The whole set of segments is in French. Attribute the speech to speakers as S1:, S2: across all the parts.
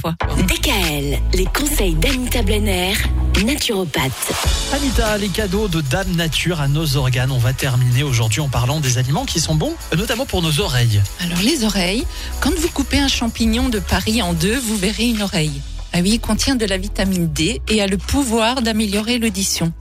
S1: fois.
S2: DKL, les conseils d'Anita Blenner, naturopathe.
S3: Anita, les cadeaux de Dame Nature à nos organes. On va terminer aujourd'hui en parlant des aliments qui sont bons, euh, notamment pour nos oreilles.
S1: Alors les oreilles, quand vous coupez un champignon de Paris en deux, vous verrez une oreille. Ah oui, il contient de la vitamine D et a le pouvoir d'améliorer l'audition.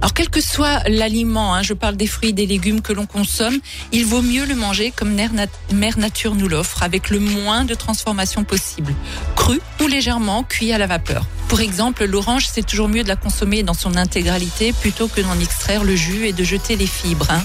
S1: Alors quel que soit l'aliment, hein, je parle des fruits et des légumes que l'on consomme, il vaut mieux le manger comme Mère Nat- Mère Nature nous l'offre, avec le moins de transformations possible, cru ou légèrement cuit à la vapeur. Pour exemple, l'orange, c'est toujours mieux de la consommer dans son intégralité plutôt que d'en extraire le jus et de jeter les fibres. hein.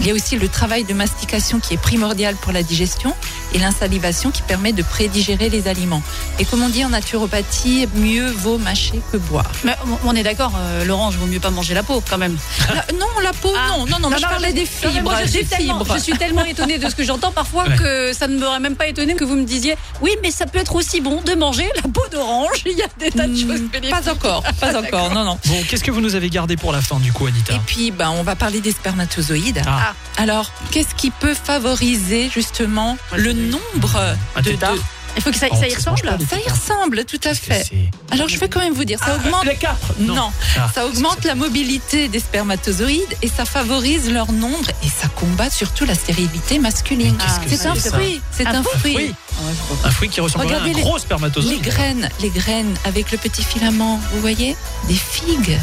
S1: Il y a aussi le travail de mastication qui est primordial pour la digestion et l'insalivation qui permet de prédigérer les aliments. Et comme on dit en naturopathie, mieux vaut mâcher que boire.
S4: Mais on- on est d'accord, euh, l'orange, vaut mieux pas manger la peau quand même.
S1: La- non, la peau,
S4: Ah.
S1: non, non, non, mais je parlais des
S4: non, mais
S1: fibres.
S4: moi, je, suis
S1: des
S4: tellement,
S1: fibres.
S4: je suis tellement étonnée de ce que j'entends parfois
S3: Ouais.
S4: que ça ne m'aurait même pas étonnée que vous me disiez oui, mais ça peut être aussi bon de manger la peau d'orange. Il y a des tas de
S1: Hmm,
S4: choses bénéfiques.
S1: Pas encore,
S4: Ah,
S1: pas encore, non, non.
S3: Bon, qu'est-ce que vous nous avez gardé pour la fin du coup,
S1: Et
S3: Anita
S1: puis,
S4: bah,
S1: ben, on va parler des spermatozoïdes.
S3: Ah.
S1: Alors, qu'est-ce qui peut favoriser justement le nombre
S3: Un
S1: de,
S3: tétard
S1: de-
S4: Il faut que ça,
S3: ah, Oh,
S4: ça y
S3: ça se mange
S4: ressemble.
S3: pas,
S1: Ça y ressemble, tout à
S3: Qu'est-ce que
S1: fait.
S3: c'est Ah,
S1: Alors, je vais quand même vous dire, ça augmente.
S3: Les capres
S1: Non.
S3: Ah.
S1: Ça augmente la mobilité des spermatozoïdes et ça favorise leur nombre et ça combat surtout la stérilité masculine.
S3: Mais qu'est-ce Ah, que
S1: C'est un
S3: c'est, ça Ah,
S1: fruit. C'est un, fruit.
S3: fruit Un fruit qui ressemble à un
S1: Regardez les-
S3: gros spermatozoïde.
S1: Les graines, les graines avec le petit filament, vous voyez Des figues.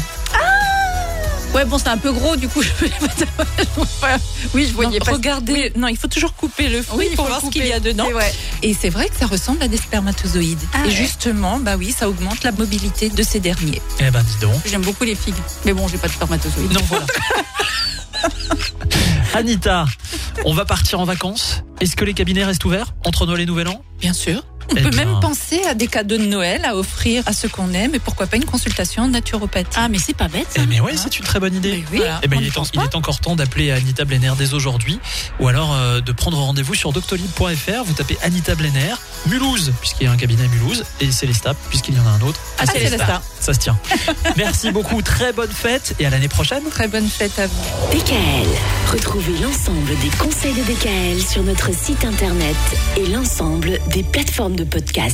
S4: Ouais, bon, c'est un peu gros du coup. oui, je voyais
S1: Non,
S4: pas.
S1: regardez, non, il faut toujours couper le fruit
S4: il
S1: pour
S4: faut
S1: voir
S4: le
S1: ce qu'il y a
S4: couper.
S1: dedans.
S4: C'est vrai.
S1: Et c'est vrai que ça ressemble à des spermatozoïdes.
S4: Ah
S1: et
S4: ouais.
S1: justement, bah oui, ça augmente la mobilité de ces derniers.
S3: Eh ben, dis donc.
S4: J'aime beaucoup les figues. Mais bon, j'ai pas de spermatozoïdes.
S3: Non, voilà. Anita, on va partir en vacances. Est-ce que les cabinets restent ouverts entre Noël et Nouvel An
S1: Bien sûr. On
S3: Eh
S1: peut
S3: bien.
S1: même penser à des cadeaux de Noël à offrir à ceux qu'on aime et pourquoi pas une consultation en naturopathie.
S4: Ah, mais c'est pas bête. ça. Ah, bah
S3: Eh mais ouais, c'est une très bonne idée.
S1: Mais oui,
S3: Eh ben,
S1: on
S3: il,
S1: n'y
S3: est en-
S1: pense
S3: il
S1: pas.
S3: est encore temps d'appeler Anita Blenner dès aujourd'hui ou alors euh, de prendre rendez-vous sur doctolib.fr. Vous tapez Anita Blenner, Mulhouse, puisqu'il y a un cabinet à Mulhouse, et Célestat, puisqu'il y en a un autre.
S1: Ah, c'est
S3: Célestat.
S1: ça.
S3: Ça se tient. Merci beaucoup, très bonne fête et à l'année prochaine.
S1: Très bonne fête à vous.
S2: DKL, retrouvez l'ensemble des conseils de DKL sur notre site internet et l'ensemble des plateformes de podcast.